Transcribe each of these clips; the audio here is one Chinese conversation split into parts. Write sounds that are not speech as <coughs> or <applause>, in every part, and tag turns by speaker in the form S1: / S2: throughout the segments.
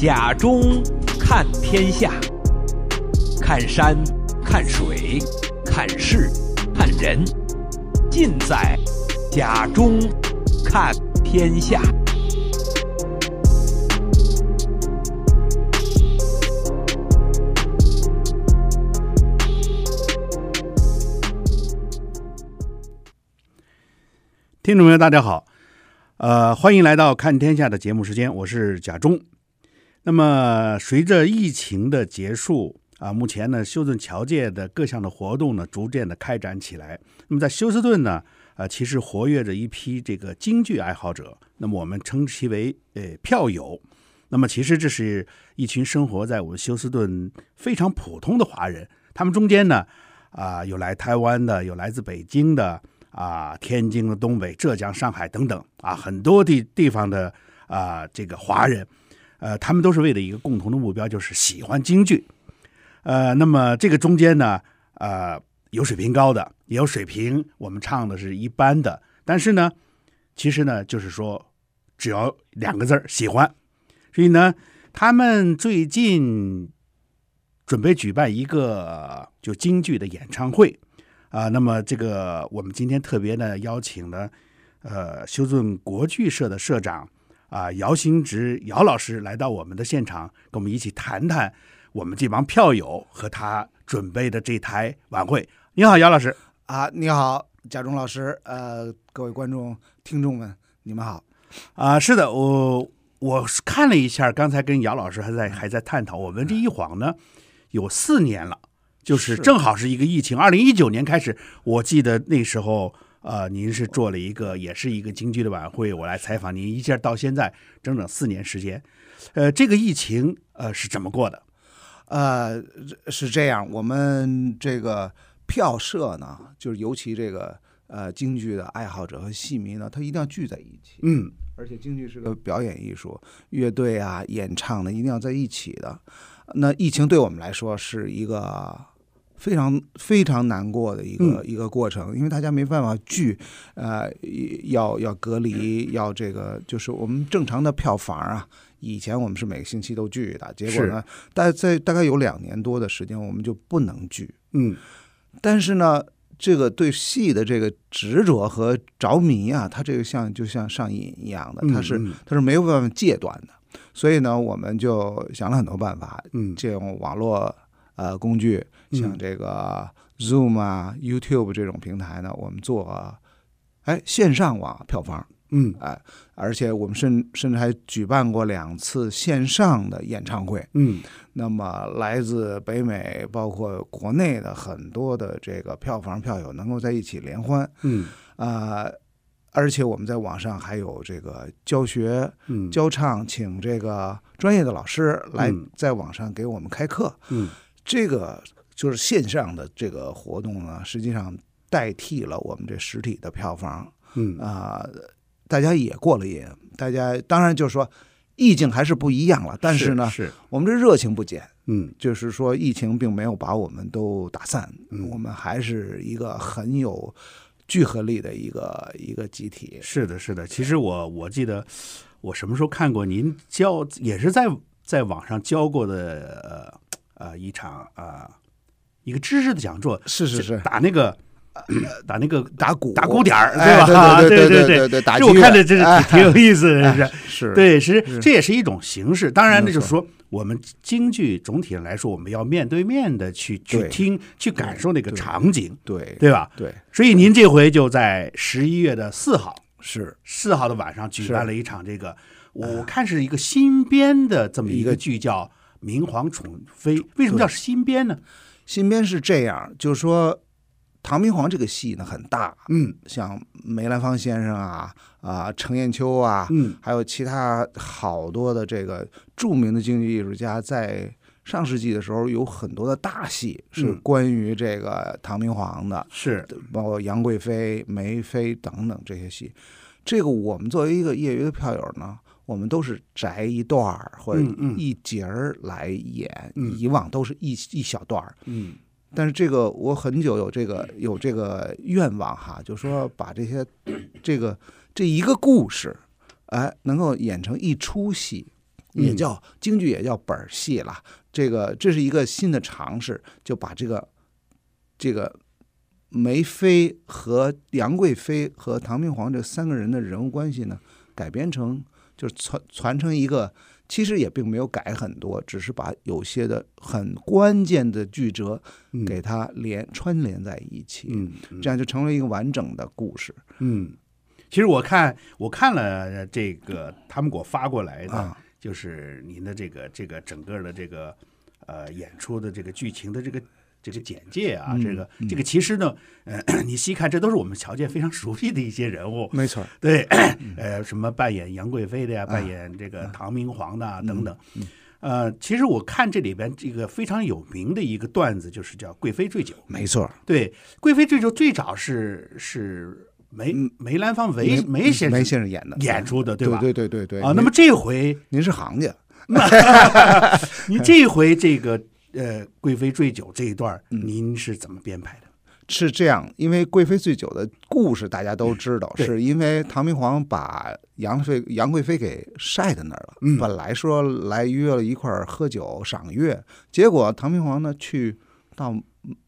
S1: 甲中看天下，看山，看水，看事，看人，尽在甲中看天下。
S2: 听众朋友，大家好，呃，欢迎来到《看天下》的节目时间，我是贾忠。那么，随着疫情的结束啊，目前呢，休斯顿侨界的各项的活动呢，逐渐的开展起来。那么，在休斯顿呢，啊，其实活跃着一批这个京剧爱好者，那么我们称其为呃票友。那么，其实这是一群生活在我们休斯顿非常普通的华人，他们中间呢，啊，有来台湾的，有来自北京的，啊，天津的、东北、浙江、上海等等啊，很多地地方的啊，这个华人，呃，他们都是为了一个共同的目标，就是喜欢京剧。呃，那么这个中间呢，呃，有水平高的，也有水平我们唱的是一般的，但是呢，其实呢，就是说，只要两个字儿喜欢。所以呢，他们最近准备举办一个呃就京剧的演唱会。啊，那么这个我们今天特别呢邀请了，呃，修顿国剧社的社长啊姚兴直姚老师来到我们的现场，跟我们一起谈谈我们这帮票友和他准备的这台晚会。你好，姚老师。
S3: 啊，你好，贾忠老师，呃，各位观众、听众们，你们好。
S2: 啊、是的，我我是看了一下，刚才跟姚老师还在还在探讨，我们这一晃呢有四年了，就是
S3: 是
S2: 正好是一个疫情，二零一九年开始，我记得那时候。呃，您是做了一个，也是一个京剧的晚会，我来采访您，一下到现在整整四年时间，呃，这个疫情呃是怎么过的？
S3: 呃，是这样，我们这个票社呢，就是尤其这个呃京剧的爱好者和戏迷呢，他一定要聚在一起。
S2: 嗯
S3: 而且京剧是个呃表演艺术，乐队啊、演唱的一定要在一起的。那疫情对我们来说是一个非常非常难过的一个、一个过程，因为大家没办法聚，呃，要要隔离，要这个就是我们正常的票房啊。以前我们是每个星期都聚的，结果呢，大在大概有两年多的时间，我们就不能聚。
S2: 嗯，
S3: 但是呢，这个对戏的这个执着和着迷啊，它这个像就像上瘾一样的，它是
S2: 嗯
S3: 它是没有办法戒断的。所以呢，我们就想了很多办法，
S2: 嗯
S3: 借用网络呃工具，
S2: 嗯
S3: 像这个 Zoom 啊、YouTube 这种平台呢，我们做哎线上网票房，
S2: 嗯
S3: 哎，而且我们甚甚至还举办过两次线上的演唱会。
S2: 嗯
S3: 那么来自北美，包括国内的很多的这个票房票友能够在一起联欢
S2: 嗯
S3: 啊、呃而且我们在网上还有这个教学
S2: 嗯，
S3: 教唱，请这个专业的老师来
S2: 嗯
S3: 在网上给我们开课。
S2: 嗯
S3: 这个就是线上的这个活动呢，实际上代替了我们这实体的票房
S2: 嗯
S3: 啊、大家也过了瘾，大家当然就是说意境还是不一样了，但是呢，
S2: 是
S3: 我们这热情不减。
S2: 嗯
S3: 就是说，疫情并没有把我们都打散，
S2: 嗯
S3: 我们还是一个很有聚合力的一个一个集体。
S2: 是的，是的。其实我我记得我什么时候看过您教，也是在在网上教过的呃呃一场呃一个知识的讲座，
S3: 是是是，
S2: 打那个呃打那个
S3: 打鼓
S2: 打鼓点儿，
S3: 哎
S2: 吧？
S3: 对
S2: 对
S3: 对
S2: 对
S3: 对对，打
S2: 这
S3: 击
S2: 我
S3: 乐
S2: 看着真
S3: 哎
S2: 是挺挺有意思的，是
S3: 哎是，
S2: 对，其实
S3: 是
S2: 这也是一种形式。当然，
S3: 没
S2: 那就是
S3: 错
S2: 说，我们京剧总体上来说，我们要面对面的去去
S3: 对
S2: 听、去感受那个
S3: 对
S2: 场景，
S3: 对
S2: 对吧？
S3: 对
S2: 所以您这回就在十一月的四号，
S3: 是
S2: 四号的晚上举
S3: 是哎
S2: 办了一场这个，我我看是一个新编的这么一
S3: 一
S2: 个
S3: 个
S2: 剧，叫《明皇宠妃》。为什么叫新编呢？
S3: 新编是这样，就是说，唐明皇这个戏呢很大，
S2: 嗯
S3: 像梅兰芳先生啊啊、程砚秋啊，
S2: 嗯
S3: 还有其他好多的这个著名的京剧艺术家，在上世纪的时候有很多的大戏是
S2: 嗯
S3: 关于这个唐明皇的，
S2: 是
S3: 包括杨贵妃、梅妃等等这些戏。这个我们作为一个业余的票友呢，我们都是摘一段儿或者
S2: 嗯嗯
S3: 一节儿来演，
S2: 嗯
S3: 以往都是一一小段儿。
S2: 嗯
S3: 但是这个我很久有这个有这个愿望哈，就说把这些这个这一个故事，哎，能够演成一出戏，也叫京剧也叫本儿戏啦。这个这是一个新的尝试，就把这个这个梅妃和杨贵妃和唐明皇这三个人的人物关系呢，改编成就是传传承一个，其实也并没有改很多，只是把有些的很关键的剧折
S2: 嗯
S3: 给它连串联在一起，
S2: 嗯
S3: 这样就成为一个完整的故事
S2: 嗯，其实我看我看了这个他们给我发过来的，
S3: 啊。
S2: 就是您的这个这个整个的这个呃演出的这个剧情的这个这个简介啊，
S3: 嗯
S2: 这个这个其实呢，呃， <coughs> 你细看这都是我们乔界非常熟悉的一些人物，
S3: 没错儿，
S2: 对，
S3: 嗯
S2: 呃，什么扮演杨贵妃
S3: 啊
S2: 的呀，扮演这个唐明皇的
S3: 嗯
S2: 啊等等。呃，其实我看这里边这个非常有名的一个段子，就是叫“贵妃醉酒”。
S3: 没错儿，
S2: 对，贵妃醉酒最早是是梅梅兰芳
S3: 嗯梅嗯
S2: 韦梅先
S3: 梅
S2: 生
S3: 先生演的
S2: 演出的，
S3: 对
S2: 吧？
S3: 对对对对
S2: 啊，那么这
S3: <laughs>
S2: 回
S3: 您您是行家，
S2: 你这回这个呃贵妃醉酒这一段儿，
S3: 嗯
S2: 您是怎么编排的？
S3: 是这样，因为贵妃醉酒的故事大家都知道，
S2: 对
S3: 是因为唐明皇把杨妃杨贵妃给晒在那儿了。
S2: 嗯
S3: 本来说来约了一块儿喝酒赏月，结果唐明皇呢去到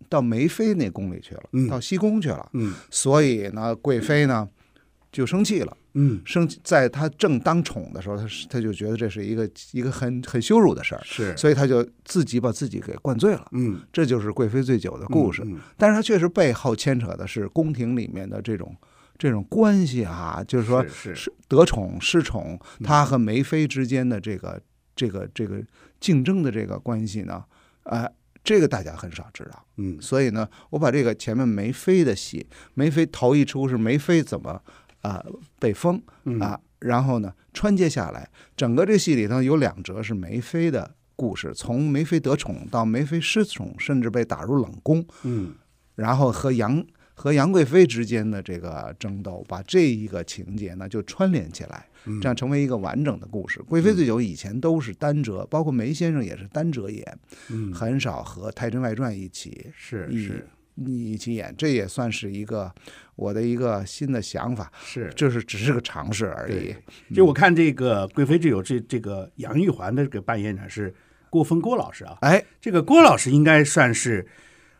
S3: 到梅妃那宫里去了，
S2: 嗯
S3: 到西宫去了，
S2: 嗯
S3: 所以呢，贵妃呢就生气了。
S2: 嗯，
S3: 生气在她正当宠的时候，她是她就觉得这是一个一个很很羞辱的事儿，
S2: 是，
S3: 所以她就自己把自己给灌醉了。
S2: 嗯，
S3: 这就是贵妃醉酒的故事。
S2: 嗯嗯
S3: 但是它确实背后牵扯的是宫廷里面的这种这种关系啊，就是说
S2: 是嗯是
S3: 是得宠失宠，他和梅妃之间的这个这个这个竞争的这个关系呢，呃，这个大家很少知道。
S2: 嗯
S3: 所以呢，我把这个前面梅妃的戏，梅妃头一出是梅妃怎么啊、被封
S2: 嗯
S3: 啊，然后呢穿接下来，整个这戏里头有两折是梅妃的故事，从梅妃得宠到梅妃失宠，甚至被打入冷宫，
S2: 嗯
S3: 然后和杨和杨贵妃之间的这个争斗，把这一个情节呢就串联起来，
S2: 嗯
S3: 这样成为一个完整的故事。贵妃醉酒以前都是单折，包括梅先生也是单折演，
S2: 嗯
S3: 很少和《太真外传》一起
S2: 是
S3: 一
S2: 是
S3: 一起演，这也算是一个我的一个新的想法，
S2: 是。
S3: 就是只是个尝试而已
S2: 对。就我看这个《贵妃醉酒》这这个杨玉环的这个扮演者是郭峰郭老师啊，
S3: 哎，
S2: 这个郭老师应该算是，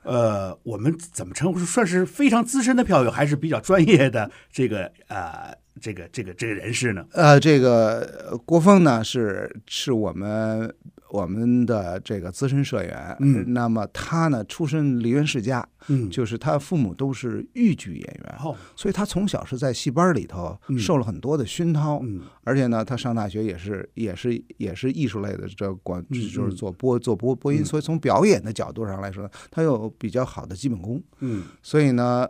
S2: 呃，我们怎么称呼？算是非常资深的票友，还是比较专业的这个呃这个这个这个人士呢？
S3: 呃，这个呃郭峰呢是是我们我们的这个资深社员，
S2: 嗯
S3: 那么他呢出身梨园世家，
S2: 嗯
S3: 就是他父母都是豫剧演员
S2: 然，后
S3: 所以他从小是在戏班里头
S2: 哦嗯
S3: 受了很多的熏陶，
S2: 嗯
S3: 而且呢，他上大学也是也是也是艺术类的这管，
S2: 嗯
S3: 就是
S2: 嗯
S3: 做播做播播音，所以从表演的角度上来说，他有比较好的基本功。
S2: 嗯
S3: 所以呢，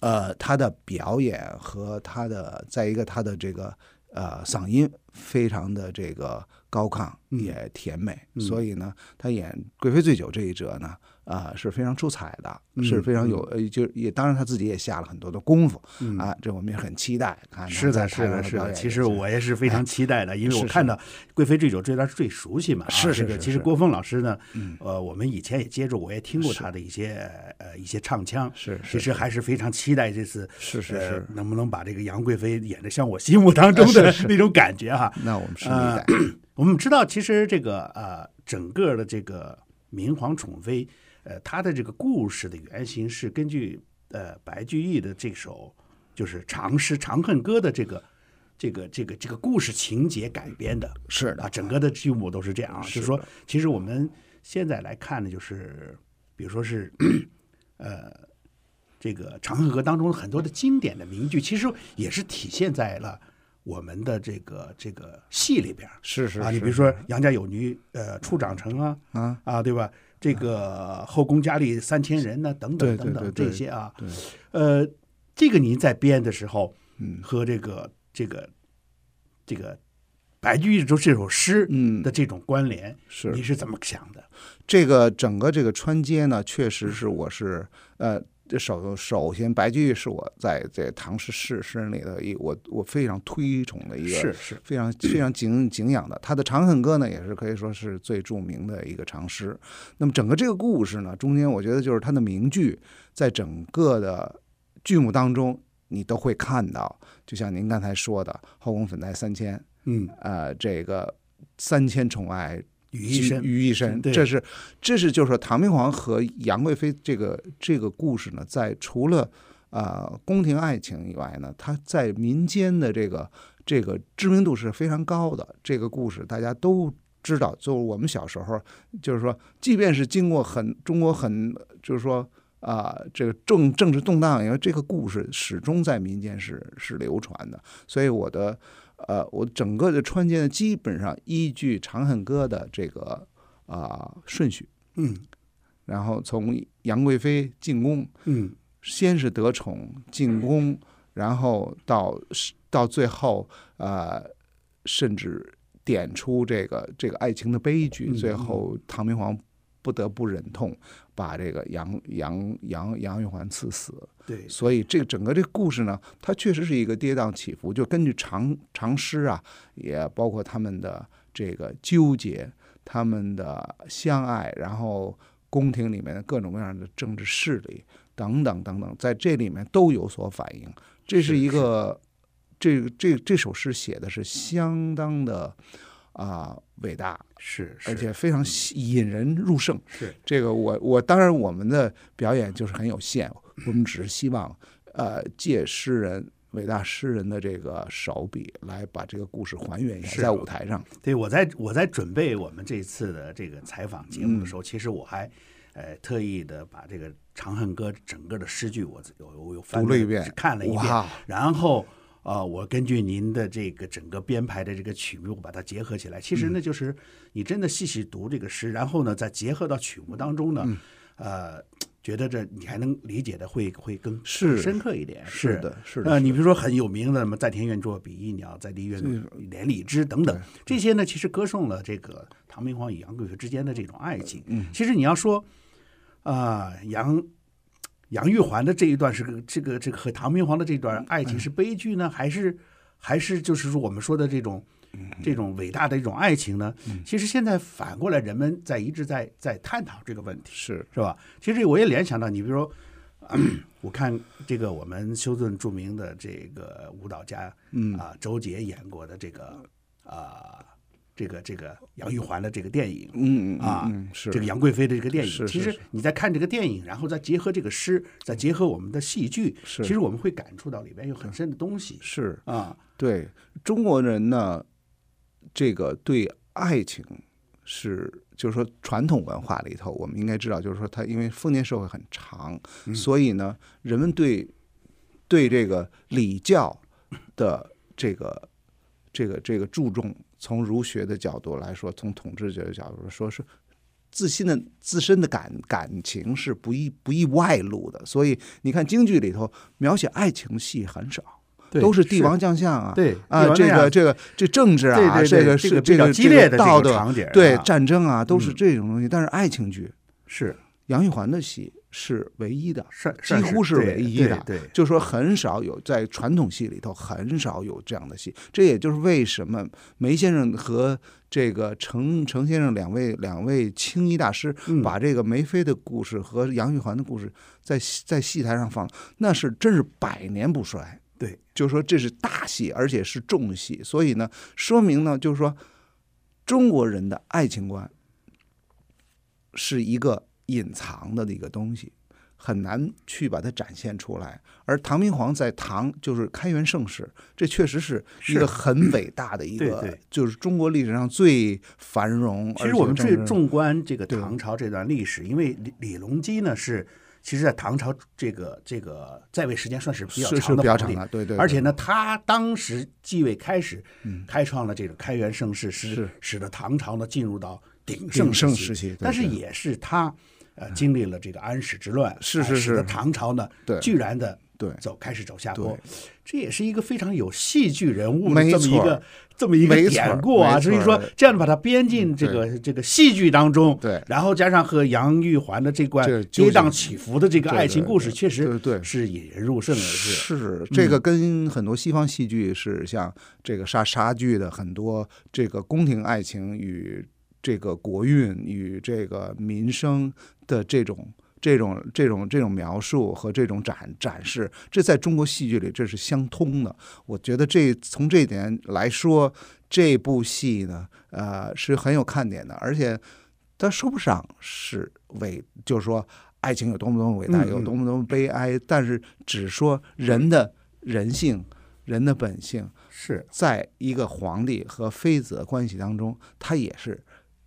S3: 呃，他的表演和他的再一个他的这个呃嗓音非常的这个高亢，
S2: 嗯
S3: 也甜美，
S2: 嗯
S3: 所以呢，他演《贵妃醉酒》这一折呢，啊、是非常出彩的，
S2: 嗯
S3: 是非常有，呃就也当然他自己也下了很多的功夫、
S2: 嗯
S3: 啊，这我们也很期待看他
S2: 是
S3: 在
S2: 的，
S3: 台
S2: 是
S3: 上
S2: 的，
S3: 的
S2: 是
S3: 表
S2: 的。
S3: 演哎
S2: 其实我也是非常期待的，因为
S3: 是
S2: 我
S3: 是
S2: 看到《贵妃醉酒》这段是最熟悉嘛。啊
S3: 是是
S2: 这个
S3: 是
S2: 其实
S3: 是
S2: 郭峰老师呢
S3: 嗯，
S2: 呃，我们以前也接触过，也听过他的一些呃一些唱腔。
S3: 是
S2: 其
S3: 是
S2: 实还是非常期待这次，
S3: 是是
S2: 呃
S3: 是，啊
S2: 能不能把这个杨贵妃演的像我心目当中的那种感觉哈？
S3: 那我们拭目以
S2: 呃
S3: 待。
S2: 我们知道，其实这个呃，整个的这个明皇宠妃，呃，她的这个故事的原型是根据呃白居易的这首就是长诗《长恨歌》的这个这个这个这个故事情节改编的
S3: <clears throat> 是的
S2: 啊，，整个的剧目都是这样啊，就是是说，其实我们现在来看呢，就是比如说是呃。这个《长恨歌》当中很多的经典的名句，其实也是体现在了我们的这个这个戏里边儿。
S3: 是是
S2: 啊，你比
S3: 是
S2: 如说“杨家有女，呃，处长成”啊，
S3: 啊，
S2: 啊，对吧？这个后宫佳丽三千人呢、等等
S3: 对
S2: 等
S3: 对
S2: 等
S3: 对
S2: 这
S3: 对
S2: 些啊，
S3: 对，
S2: 呃，这个您在编的时候
S3: 嗯
S2: 和这个这个这个白居易中这首诗
S3: 嗯
S2: 的，这种关联，
S3: 是
S2: 你是怎么想的？
S3: 这个整个这个穿街呢，确实是我是呃，首首先白居易是我在这唐诗诗诗里的一我我非常推崇的一个
S2: 是是，
S3: 非常非常敬敬仰的。他的《长恨歌》呢，也是可以说是最著名的一个长诗。那么整个这个故事呢，中间我觉得就是他的名句，在整个的剧目当中，你都会看到。就像您刚才说的，“后宫粉黛三千”，
S2: 嗯
S3: 呃，这个三千宠爱
S2: 于一身，
S3: 于一身，
S2: 对
S3: 这是这是就是说，唐明皇和杨贵妃这个这个故事呢，在除了呃宫廷爱情以外呢，它在民间的这个这个知名度是非常高的。这个故事大家都知道，就是我们小时候，就是说，即便是经过很中国很就是说。啊、这个政政治动荡，因为这个故事始终在民间是是流传的，所以我的呃，我整个的穿建基本上依据《长恨歌》的这个啊、顺序，
S2: 嗯
S3: 然后从杨贵妃进宫，
S2: 嗯
S3: 先是得宠进宫，然后到到最后呃，甚至点出这个这个爱情的悲剧，
S2: 嗯
S3: 最后唐明皇不得不忍痛把这个杨杨杨杨玉环赐死。
S2: 对，
S3: 所以这个整个这个故事呢，它确实是一个跌宕起伏。就根据长长诗啊，也包括他们的这个纠结、他们的相爱，然后宫廷里面的各种各样的政治势力等等等等，在这里面都有所反映。这
S2: 是
S3: 是一个，这个这这首诗写的是相当的啊、伟大，
S2: 是是嗯
S3: 而且非常吸引人入胜。
S2: 是
S3: 这个我我当然我们的表演就是很有限，我们只是希望，呃，借诗人伟大诗人的这个手笔来把这个故事还原一
S2: 是
S3: 下，在舞台上。
S2: 对，我在我在准备我们这次的这个采访节目的时
S3: 嗯
S2: 候，其实我还呃特意的把这个《长恨歌》整个的诗句我我我又翻
S3: 读了一遍
S2: 看了一遍
S3: 哇，
S2: 然后。啊、我根据您的这个整个编排的这个曲目，我把它结合起来。其
S3: 嗯
S2: 实呢，就是你真的细细读这个诗，然后呢，再结合到曲目当中呢，
S3: 嗯
S2: 呃，觉得这你还能理解的会会更
S3: 是
S2: 深刻一点。
S3: 是的，是的，
S2: 呃，
S3: 是
S2: 你
S3: 的
S2: 比如说很有名的什么在天愿作比翼鸟，在地愿作连理枝等等，这些呢，其实歌颂了这个唐明皇与杨贵妃之间的这种爱情。
S3: 嗯
S2: 其实你要说，啊、杨杨玉环的这一段是个这个这个和唐明皇的这段爱情是悲剧呢，还
S3: 嗯
S2: 是还是就是说我们说的这种这种伟大的一种爱情呢？
S3: 嗯
S2: 其实现在反过来，人们在一直在在探讨这个问题。
S3: 是
S2: 是吧？其实我也联想到，你比如说， <clears throat> 我看这个我们休顿著名的这个舞蹈家，
S3: 嗯
S2: 啊、周杰演过的这个啊、这个这个杨玉环的这个电影，
S3: 嗯嗯嗯
S2: 啊
S3: 嗯是
S2: 这个杨贵妃的这个电影，
S3: 是是
S2: 其实
S3: 是
S2: 你在看这个电影，然后再结合这个诗，再结合我们的戏剧，
S3: 是
S2: 其实我们会感触到里边有很深的东西
S3: 是
S2: 啊，
S3: 对中国人呢，这个对爱情是，就是说传统文化里头，我们应该知道，就是说它因为封建社会很长，所以呢，人们对对这个礼教的这个这个这个注重，从儒学的角度来说，从统治者的角度来说是。自信的自身的感感情是不易不易外露的，所以你看京剧里头描写爱情的戏很少，都是帝王将相啊，
S2: 对帝
S3: 啊，
S2: 王
S3: 这
S2: 将相
S3: 个这个这政治啊，
S2: 对对对
S3: 个
S2: 这
S3: 是
S2: 个比
S3: 这
S2: 较
S3: 个
S2: 激烈的这
S3: 道
S2: 种
S3: 德
S2: 场景啊
S3: 对战争啊，都是
S2: 嗯
S3: 这种东西。但是爱情剧，
S2: 是
S3: 杨玉环的戏是唯一的，
S2: 是
S3: 几乎是唯一的
S2: 对对
S3: 就是说很少有在传统戏里头很少有这样的戏。这也就是为什么梅先生和这个程程先生两位两位青衣大师
S2: 嗯
S3: 把这个梅妃的故事和杨玉环的故事在戏在戏台上放，那是真是百年不衰。
S2: 对，
S3: 就是说这是大戏，而且是重戏，所以呢，说明呢，就是说中国人的爱情观是一个隐藏的一个东西，很难去把它展现出来。而唐明皇在唐就是开元盛世，这确实是一
S2: 是
S3: 个很伟大的一个，
S2: 对对
S3: 就是中国历史上最繁荣。
S2: 其实我们
S3: 而且
S2: 最
S3: 政治
S2: 纵观这个
S3: 对
S2: 唐朝这段历史，因为李李隆基呢是，其实在唐朝这个这个在位时间算是比较
S3: 是是
S2: 长的
S3: 比较
S2: 皇
S3: 长
S2: 帝
S3: 的，对对，
S2: 而
S3: 对
S2: 且呢，他当时继位开始，开创了这个开元盛世，使
S3: 是
S2: 使得唐朝呢进入到鼎
S3: 鼎盛
S2: 时
S3: 时期对
S2: 但是
S3: 对
S2: 也是他呃经历了这个安史之乱，
S3: 是
S2: 哎
S3: 是
S2: 使得
S3: 是
S2: 唐朝呢
S3: 对
S2: 居然的
S3: 对
S2: 走开始走下坡
S3: 对，
S2: 这也是一个非常有戏剧人物的
S3: 没
S2: 这么一
S3: 错
S2: 个
S3: 儿
S2: 这么一
S3: 没
S2: 个
S3: 错
S2: 典
S3: 儿
S2: 故啊，
S3: 没
S2: 所以
S3: 错
S2: 说
S3: 儿嗯
S2: 这样把它编进这个这个戏剧当中，
S3: 对
S2: 然后加上和杨玉环的这段
S3: 这
S2: 跌
S3: 纠结
S2: 宕起伏的这个
S3: 对
S2: 爱
S3: 对
S2: 情故事，
S3: 对
S2: 确实
S3: 对对
S2: 是引人入胜而是。
S3: 是这个跟很多西方戏剧是像这个莎莎剧的很多这个宫廷爱情与这个国运与这个民生的这种这种这种这种描述和这种展展示，这在中国戏剧里这是相通的。我觉得这从这一点来说，这部戏呢，呃，是很有看点的，而且它说不上是伟，就是说爱情有多么多么伟
S2: 嗯
S3: 大，
S2: 嗯
S3: 有多么多么悲哀，但是只说人的人性、人的本性，
S2: 是
S3: 在一个皇帝和妃子的关系当中，它也是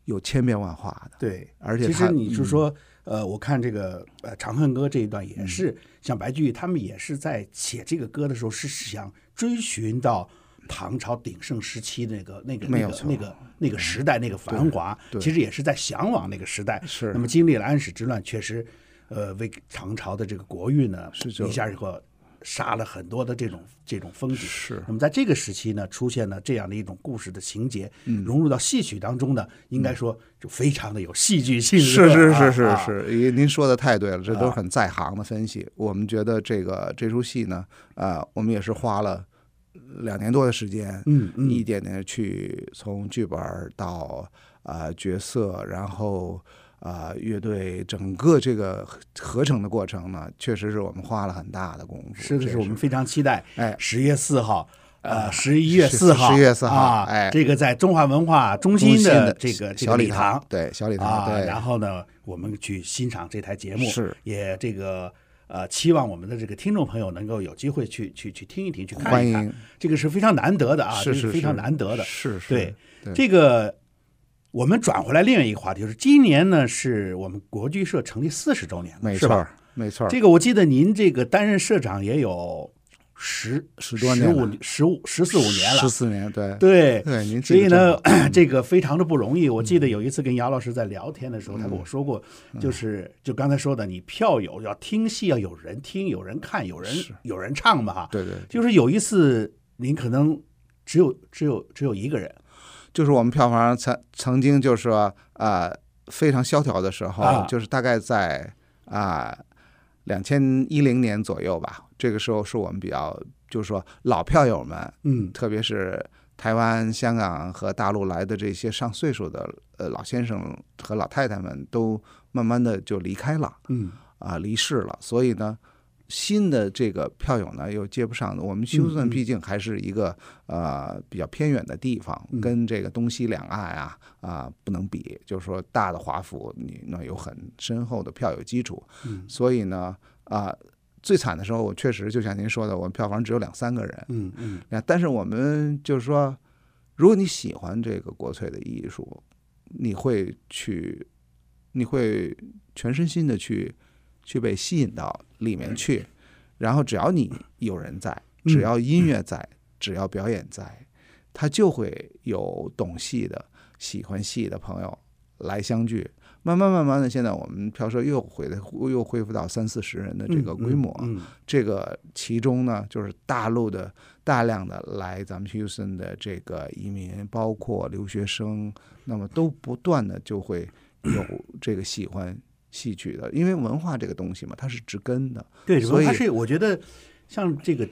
S3: 有千变万化的。
S2: 对。
S3: 而且
S2: 其
S3: 它
S2: 实你是
S3: 嗯
S2: 说，呃，我看这个呃《长恨歌》这一段也是，像白居易他们也是在写这个歌的时候，是想追寻到唐朝鼎盛时期那个那个
S3: 没
S2: 那
S3: 有
S2: 个
S3: 错嗯
S2: 那个那个时代那个繁华，
S3: 对
S2: 其实也是在向往那个时代。
S3: 是
S2: 那么经历了安史之乱，确实，呃，为唐朝的这个国运呢，
S3: 是就
S2: 一下以后杀了很多的这种这种风景。
S3: 是
S2: 那么在这个时期呢，出现了这样的一种故事的情节，
S3: 嗯
S2: 融入到戏曲当中呢，应该说就非常的有戏剧性。
S3: 是是
S2: 吧
S3: 是是
S2: 啊
S3: 是，您您说的太对了，这都是很在行的分析。我们觉得这个这出戏呢，呃，我们也是花了两年多的时间，
S2: 嗯嗯
S3: 一点点去从剧本儿到呃角色，然后呃乐队整个这个合合成的过程呢，确实是我们花了很大的功夫。
S2: 是的，
S3: 这
S2: 是我们非常期待。
S3: 哎
S2: 十月四号，呃，十一月四号，
S3: 10月4号
S2: 啊，
S3: 哎
S2: 这个在中华文化中
S3: 中
S2: 心
S3: 心
S2: 的
S3: 的
S2: 这个这
S3: 小
S2: 个
S3: 礼
S2: 礼堂
S3: 对小礼堂，
S2: 啊，
S3: 对，
S2: 然后呢，我们去欣赏这台节目，
S3: 是
S2: 也这个呃，期望我们的这个听众朋友能够有机会去去去听一听，去看
S3: 欢
S2: 一看，
S3: 迎，
S2: 这个是非常难得的啊，
S3: 是
S2: 这
S3: 是
S2: 非常
S3: 是
S2: 难得的，
S3: 是是，
S2: 对，
S3: 对
S2: 这个我们转回来另外一个话题，就是今年呢是我们国剧社成立四十周年了，
S3: 没
S2: 是
S3: 错
S2: 吧？
S3: 儿没错儿，
S2: 这个我记得您这个担任社长也有十
S3: 十多年
S2: 五
S3: 了
S2: 十五十四五年
S3: 十
S2: 了，
S3: 四年，对
S2: 对。
S3: <laughs> 对，您
S2: 所
S3: 记
S2: 以
S3: 得真
S2: 呢
S3: 好，
S2: <clears throat> 这个非常的不容易。我记得
S3: 嗯
S2: 有一次跟姚老师在聊天的时候，他跟我说过，就是就刚才说的，你票友要听戏，要有人听，有人看，有人
S3: 是
S2: 有人唱嘛哈。
S3: 对对，
S2: 就是有一次，您可能只有只有只有一个人，
S3: 就是我们票房曾曾经就是说呃非常萧条的时候，
S2: 啊
S3: 就是大概在啊两千一零年左右吧，这个时候是我们比较就是说老票友们，
S2: 嗯，
S3: 特别是台湾、香港和大陆来的这些上岁数的呃老先生和老太太们，都慢慢的就离开了。
S2: 嗯，
S3: 啊离世了，所以呢，新的这个票友呢又接不上的。我们休
S2: 嗯
S3: 斯顿
S2: 嗯
S3: 毕竟还是一个、呃比较偏远的地方，
S2: 嗯
S3: 跟这个东西两岸啊啊、不能比，就是说大的华府你那有很深厚的票友基础，
S2: 嗯
S3: 所以呢啊、最惨的时候，我确实就像您说的，我们票房只有两三个人，
S2: 嗯嗯
S3: 那但是我们就是说，如果你喜欢这个国粹的艺术，你会去，你会全身心的去去被吸引到里面去。然后只要你有人在，
S2: 嗯
S3: 只要音乐在，只要表演在，他就会有懂戏的、喜欢戏的朋友来相聚。慢慢慢慢的，现在我们票社又回又恢复到三四十人的这个规模。啊
S2: 嗯嗯嗯
S3: 这个其中呢，就是大陆的大量的来咱们 Houston 的这个移民，包括留学生，那么都不断的就会有这个喜欢戏曲的，因为文化这个东西嘛，它是植根的，
S2: 对，
S3: 所以
S2: 它是我觉得像这个，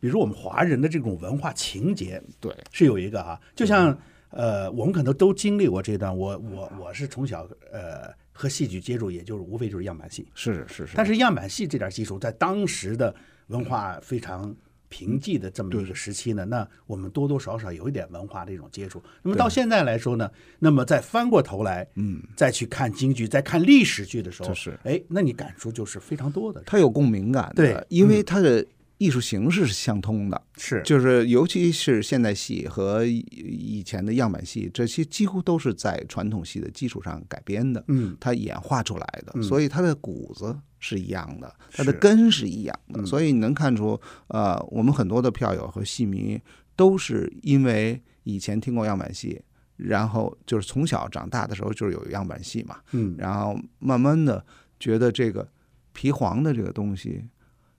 S2: 比如我们华人的这种文化情节
S3: 对，
S2: 是有一个啊，就
S3: 嗯
S2: 像呃，我们可能都经历过这段，我我我是从小呃和戏剧接触，也就是无非就是样板戏，
S3: 是是是，
S2: 但是样板戏这点技术在当时的文化非常。贫瘠的这么一个时期呢，那我们多多少少有一点文化的一种接触。那么到现在来说呢，那么再翻过头来，嗯，再去看京剧，再看历史剧的时候，
S3: 就是
S2: 哎，那你感触就是非常多的，
S3: 它有共鸣感的，
S2: 对
S3: 因为它的艺术形式是相通的，
S2: 是
S3: 就是尤其是现代戏和以以前的样板戏，这些几乎都是在传统戏的基础上改编的，
S2: 嗯，
S3: 它演化出来的，
S2: 嗯
S3: 所以它的骨子是一样的，它的
S2: 是
S3: 根是一样的，
S2: 嗯
S3: 所以你能看出，呃，我们很多的票友和戏迷都是因为以前听过样板戏。然后就是从小长大的时候就是有样板戏嘛，
S2: 嗯
S3: 然后慢慢的觉得这个皮黄的这个东西，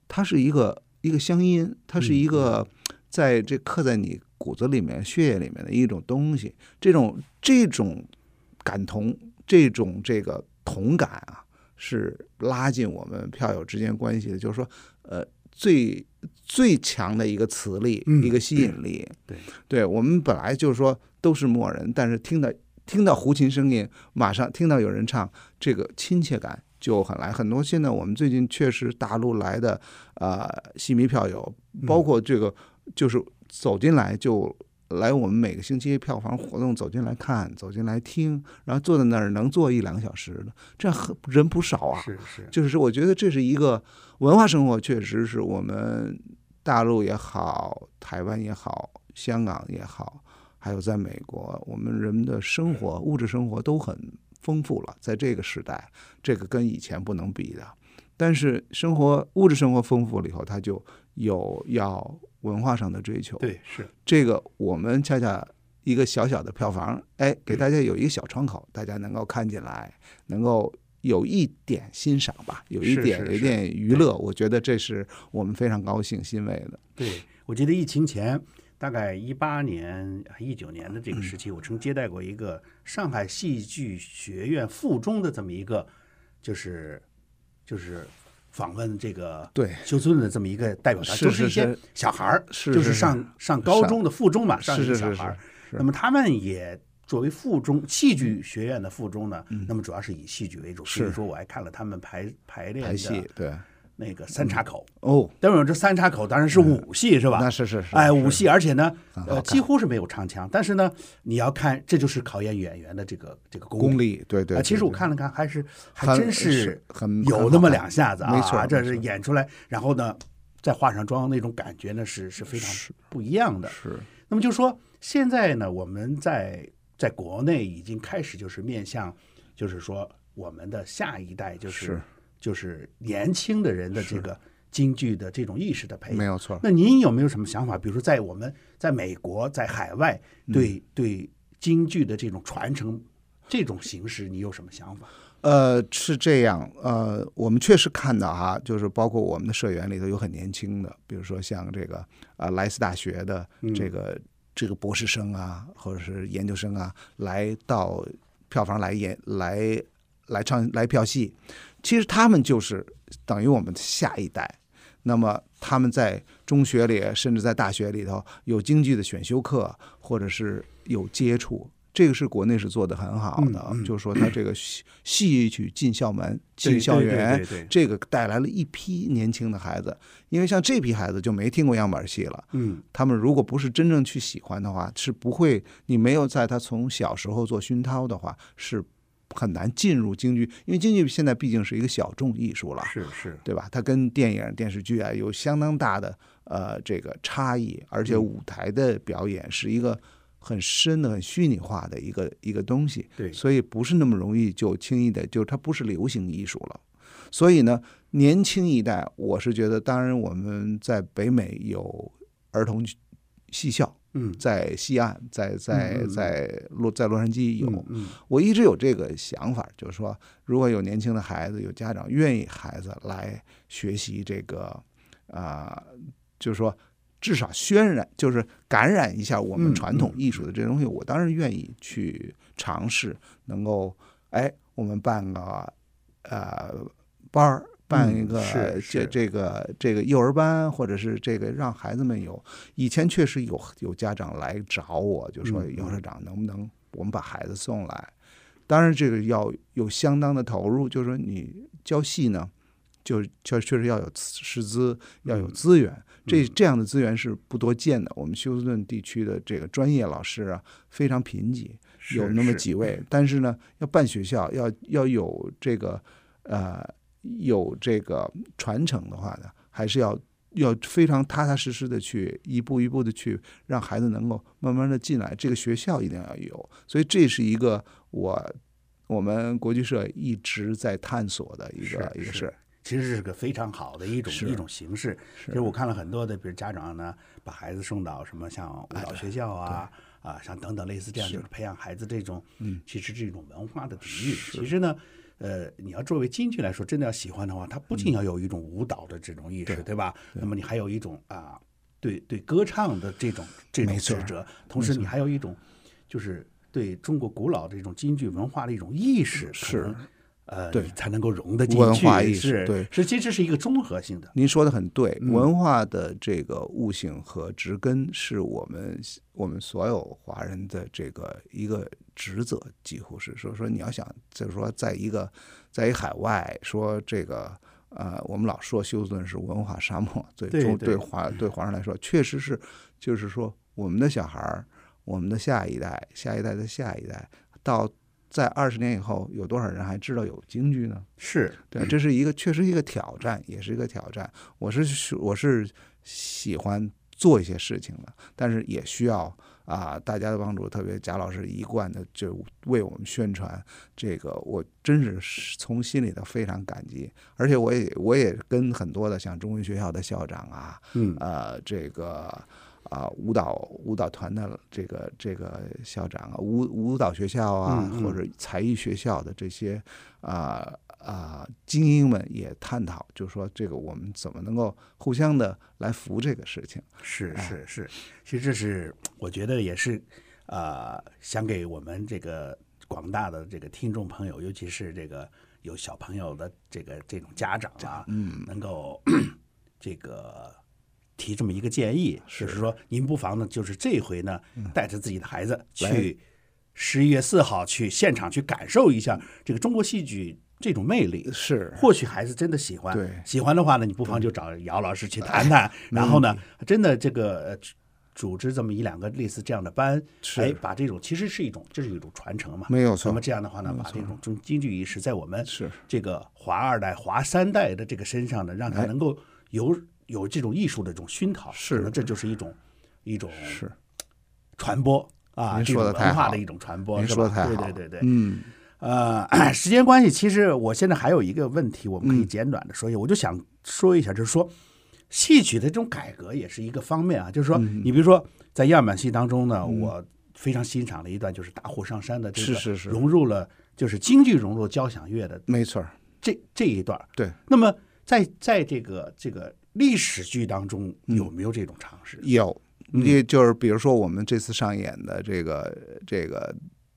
S3: 它是一个一个乡音，它是一
S2: 嗯
S3: 个在这刻在你骨子里面、血液里面的一种东西。这种这种感同，这种这个同感啊，是拉近我们票友之间关系的。就是说，呃，最最强的一个磁力，
S2: 嗯
S3: 一个吸引力。
S2: 对，
S3: 对我们本来就是说都是默人，但是听到听到胡琴声音，马上听到有人唱，这个亲切感就很来。很多现在我们最近确实大陆来的呃戏迷票友，包括这个就是走进来就来我们每个星期票房活动走进来看，走进来听，然后坐在那儿能坐一两个小时的，这样很人不少啊。
S2: 是是，
S3: 就是我觉得这是一个文化生活，确实是我们大陆也好，台湾也好，香港也好，还有在美国，我们人们的生活物质生活都很丰富了，在这个时代，这个跟以前不能比的。但是生活物质生活丰富了以后，它就有要文化上的追求。
S2: 对是，
S3: 这个我们恰恰一个小小的票房，
S2: 嗯
S3: 哎，给大家有一个小窗口，大家能够看进来，能够有一点欣赏吧，有一
S2: 是
S3: 点
S2: 是
S3: 有一点娱乐，我觉得这是我们非常高兴欣慰的。
S2: 对我记得疫情前大概一八年、啊一九年的这个时期，我曾接待过一个上海戏剧学院附中的这么一个，就是就是访问这个
S3: 对
S2: 休斯顿的这么一个代表团，
S3: 是
S2: 就是一些
S3: 是
S2: 小孩儿，
S3: 是
S2: 就是
S3: 是
S2: 上上高中的附中嘛，上一
S3: 是
S2: 个
S3: 是
S2: 小
S3: 是
S2: 孩儿
S3: 是。是
S2: 那么他们也作为附中戏剧学院的附中呢，那么主要是以戏剧为主。比如
S3: 嗯是
S2: 说，我还看了他们排排练
S3: 排戏嗯
S2: 的
S3: 对
S2: 那个三岔口。
S3: 哦，
S2: 等会儿这三岔口当然是武戏是吧？
S3: 嗯那是是是
S2: 哎，
S3: 是
S2: 武戏，而且呢，
S3: 好
S2: 呃，
S3: 看
S2: 几乎是没有唱腔，但是呢，你要看，这就是考验演员的这个这个
S3: 功
S2: 力。
S3: 力对对
S2: 啊，其实我
S3: 对
S2: 看了看，还是还
S3: 很
S2: 真是
S3: 是很
S2: 有
S3: 很
S2: 那么
S3: 好看
S2: 两下子啊，
S3: 没错
S2: 这
S3: 没
S2: 是
S3: 错
S2: 演出来，然后呢，再化上妆那种感觉呢，是是非常不一样的。
S3: 是
S2: 那么就说现在呢，我们在在国内已经开始就是面向，就是说我们的下一代，就是
S3: 是
S2: 就是年轻的人的这个京剧的这种意识的培
S3: 没
S2: 养。
S3: 有错。
S2: 那您有没有什么想法？比如说，在我们在美国、在海外
S3: 嗯
S2: 对、对京剧的这种传承、这种形式，你有什么想法？
S3: 呃，是这样，呃，我们确实看到哈，就是包括我们的社员里头有很年轻的，比如说像这个呃莱斯大学的这个、这个博士生啊，或者是研究生啊，来到票房来演来来唱来票戏，其实他们就是等于我们的下一代。那么他们在中学里，甚至在大学里头有京剧的选修课，或者是有接触，这个是国内是做得很好的。就是说，他这个戏戏曲进校门、进校园，
S2: 对对，
S3: 这个带来了一批年轻的孩子。因为像这批孩子就没听过样板戏了，
S2: 嗯，
S3: 他们如果不是真正去喜欢的话，是不会，你没有在他从小时候做熏陶的话，是很难进入京剧，因为京剧现在毕竟是一个小众艺术了，
S2: 是是，
S3: 对吧？它跟电影、电视剧啊有相当大的呃这个差异，而
S2: 嗯
S3: 且舞台的表演是一个很深的、很虚拟化的一个一个东西，
S2: 对
S3: 所以不是那么容易就轻易的，就是它不是流行艺术了。所以呢，年轻一代，我是觉得，当然我们在北美有儿童戏校，
S2: 嗯
S3: 在西岸，在
S2: 嗯
S3: 在
S2: 嗯嗯
S3: 在洛在洛杉矶有，
S2: 嗯嗯
S3: 我一直有这个想法，就是说，如果有年轻的孩子，有家长愿意孩子来学习这个，啊、就是说，至少渲染，就是感染一下我
S2: 嗯
S3: 们传统艺术的这东西，我当然愿意去尝试，能够，哎，我们办个，呃，班儿。办一个
S2: 嗯是
S3: 这
S2: 是
S3: 这个这个幼儿班，或者是这个让孩子们有，以前确实有有家长来找我，就说
S2: 嗯
S3: 姚社长能不能我们把孩子送来？当然，这个要有相当的投入，就是说你教戏呢，就就确实要有师资，要
S2: 嗯
S3: 有资源，这这样的资源是不多见的。我们休斯顿地区的这个专业老师啊，非常贫瘠，
S2: 是
S3: 有那么
S2: 是嗯
S3: 几位，但是呢，要办学校，要要有这个呃有这个传承的话呢，还是要要非常踏踏实实的去一步一步的去让孩子能够慢慢的进来，这个学校一定要有，所以这是一个我我们国际社一直在探索的一个
S2: 是
S3: 一个
S2: 是
S3: 事儿，
S2: 其实是个非常好的一种
S3: 是
S2: 一种形式。
S3: 是
S2: 其实我看了很多的，比如家长呢，把孩子送到什么像
S3: 哎
S2: 舞蹈学校啊。啊，像等等类似这样，就是培养孩子这种，嗯，其实这种文化的底蕴。其实呢，呃，你要作为京剧来说，真的要喜欢的话，它不仅
S3: 嗯
S2: 要有一种舞蹈的这种意识，对吧？那么你还有一种啊，对对，歌唱的这种这种
S3: 没
S2: 执
S3: 错
S2: 着，同时你还有一种，就是对中国古老的这种京剧文化的一种意识，可
S3: 是
S2: 能呃，
S3: 对
S2: 你才能够融得进去。
S3: 文化意识
S2: 是
S3: 对
S2: 是其实是一个综合性的。
S3: 您说的很对，
S2: 嗯
S3: 文化的这个悟性和植根是我们我们所有华人的这个一个职责，几乎是说说你要想就是说在一个在一海外说这个。呃，我们老说休斯顿是文化沙漠，对
S2: 对
S3: 中
S2: 对
S3: 对华对华人来说，确实是，就是说我们的小孩儿，我们的下一代，下一代的下一代，到在二十年以后，有多少人还知道有京剧呢？
S2: 是，
S3: 对，啊这是一个确实一个挑战，也是一个挑战。我是喜我是喜欢做一些事情的，但是也需要啊、大家的帮助，特别贾老师一贯的就为我们宣传这个，我真是从心里头非常感激。而且我也我也跟很多的像中文学校的校长啊，
S2: 嗯
S3: 呃，这个啊、舞蹈舞蹈团的这个这个校长啊，舞舞蹈学校啊，
S2: 嗯嗯
S3: 或者才艺学校的这些啊啊、精英们也探讨，就说这个我们怎么能够互相的来扶这个事情。
S2: 是是是，其实这是我觉得也是，呃，想给我们这个广大的这个听众朋友，尤其是这个有小朋友的这个这种家长啊，
S3: 嗯，
S2: 能够这个提这么一个建议，就是说您不妨呢，就是这回呢，带着自己的孩子去十一月四号去现场去感受一下这个中国戏剧这种魅力。
S3: 是
S2: 或许孩子真的喜欢，
S3: 对
S2: 喜欢的话呢，你不妨就找姚老师去谈
S3: <laughs>
S2: 谈，然后
S3: 嗯
S2: 呢，真的这个呃组组织这么一两个类似这样的班，
S3: 是
S2: 哎，把这种其实是一种这是一种传承嘛，
S3: 没有错
S2: 那么这样的话呢，把这种中京剧意识在我们
S3: 是
S2: 这个华二代、华三代的这个身上呢，让他能够有有这种艺术的这种熏陶，
S3: 哎是
S2: 可能这就是一种一种
S3: 是，
S2: 传播啊，
S3: 您
S2: 这
S3: 说
S2: 种
S3: 得太
S2: 文化
S3: 好
S2: 的一种传播，
S3: 您
S2: 是
S3: 说
S2: 吧
S3: 得太好
S2: 对
S3: 了
S2: 对对对，
S3: 嗯，
S2: 呃， <clears throat> 时间关系，其实我现在还有一个问题，我们
S3: 嗯
S2: 可以简短的说一下。我就想说一下，就是说戏曲的这种改革也是一个方面啊，就是说，
S3: 嗯
S2: 你比如说在样板戏当中呢，我非常欣赏的一段就是大虎上山的这个，
S3: 是是是
S2: 融入了就是京剧融入交响乐的
S3: 没错儿，
S2: 这这一段儿。
S3: 对。
S2: 那么在在这个这个历史剧当中
S3: 嗯
S2: 有没有这种尝试？
S3: 有，也就是比如说我们这次上演的这个这个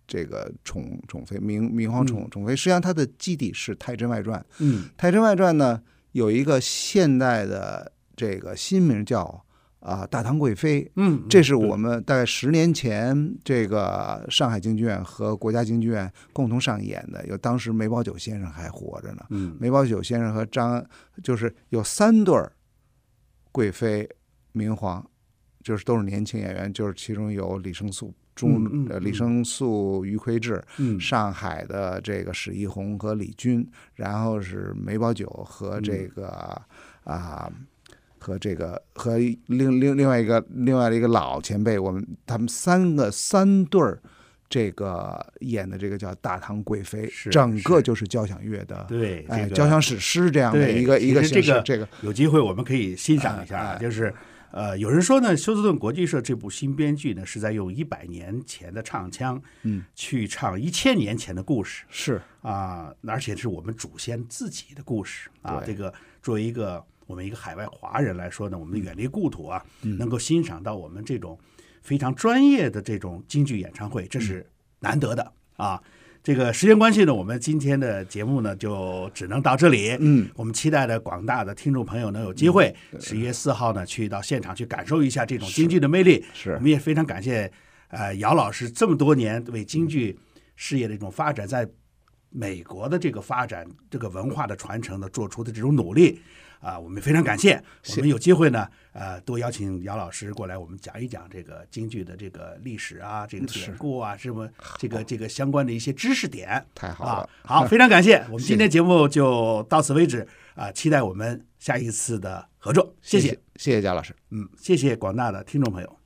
S3: 这个宠宠妃明明皇宠宠妃，实际上它的基底是《太真外传》，
S2: 嗯
S3: 《太真外传》呢有一个现代的这个新名叫啊、大唐贵妃》，
S2: 嗯，
S3: 这是我们大概十年前这个上海京剧院和国家京剧院共同上演的，有当时梅葆玖先生还活着呢。
S2: 嗯
S3: 梅葆玖先生和张就是有三对儿贵妃、明皇，就是都是年轻演员，就是其中有李生素、钟、
S2: 嗯嗯
S3: 呃
S2: 嗯
S3: 李生素、于魁智，
S2: 嗯
S3: 上海的这个史一红和李军，然后是梅葆玖
S2: 嗯
S3: 和这个啊、和这个和另另另外一个另外的一个老前辈，我们他们三个三对儿，这个演的这个叫《大唐贵妃
S2: 是》，
S3: 整个
S2: 是
S3: 就是交响乐的。
S2: 对，
S3: 哎，
S2: 这个
S3: 交响史诗这样的
S2: 对
S3: 一个
S2: 其
S3: 一个
S2: 实
S3: 形
S2: 这
S3: 式
S2: 个，
S3: 这个
S2: 有机会我们可以欣赏一下
S3: 哎
S2: 啊，
S3: 哎
S2: 就是。呃，有人说呢，休斯顿国际社这部新编剧呢，是在用一百年前的唱腔，
S3: 嗯，
S2: 去唱一千年前的故事
S3: 是
S2: 啊、而且是我们祖先自己的故事啊。这
S3: 对
S2: 个作为一个我们一个海外华人来说呢，我们远离故土啊，
S3: 嗯
S2: 能够欣赏到我们这种非常专业的这种京剧演唱会，这是难得的啊。这个时间关系呢，我们今天的节目呢就只能到这里。
S3: 嗯，
S2: 我们期待着广大的听众朋友能有机会十一月四号呢去到现场去感受一下这种京剧的魅力。
S3: 是
S2: 我们也非常感谢呃姚老师这么多年为京剧事业的一种发展，在美国的这个发展、这个文化的传承呢做出的这种努力。啊、我们非常感谢。我们有机会呢，呃，多邀请姚老师过来，我们讲一讲这个京剧的这个历史啊，这个典故啊，什么这个这个相关的一些知识点。
S3: 太好
S2: 啊
S3: 了，，
S2: 好，非常感谢，我们今天节目就到此为止啊、期待我们下一次的合作，谢谢，
S3: 谢谢贾老师。
S2: 嗯，谢谢广大的听众朋友。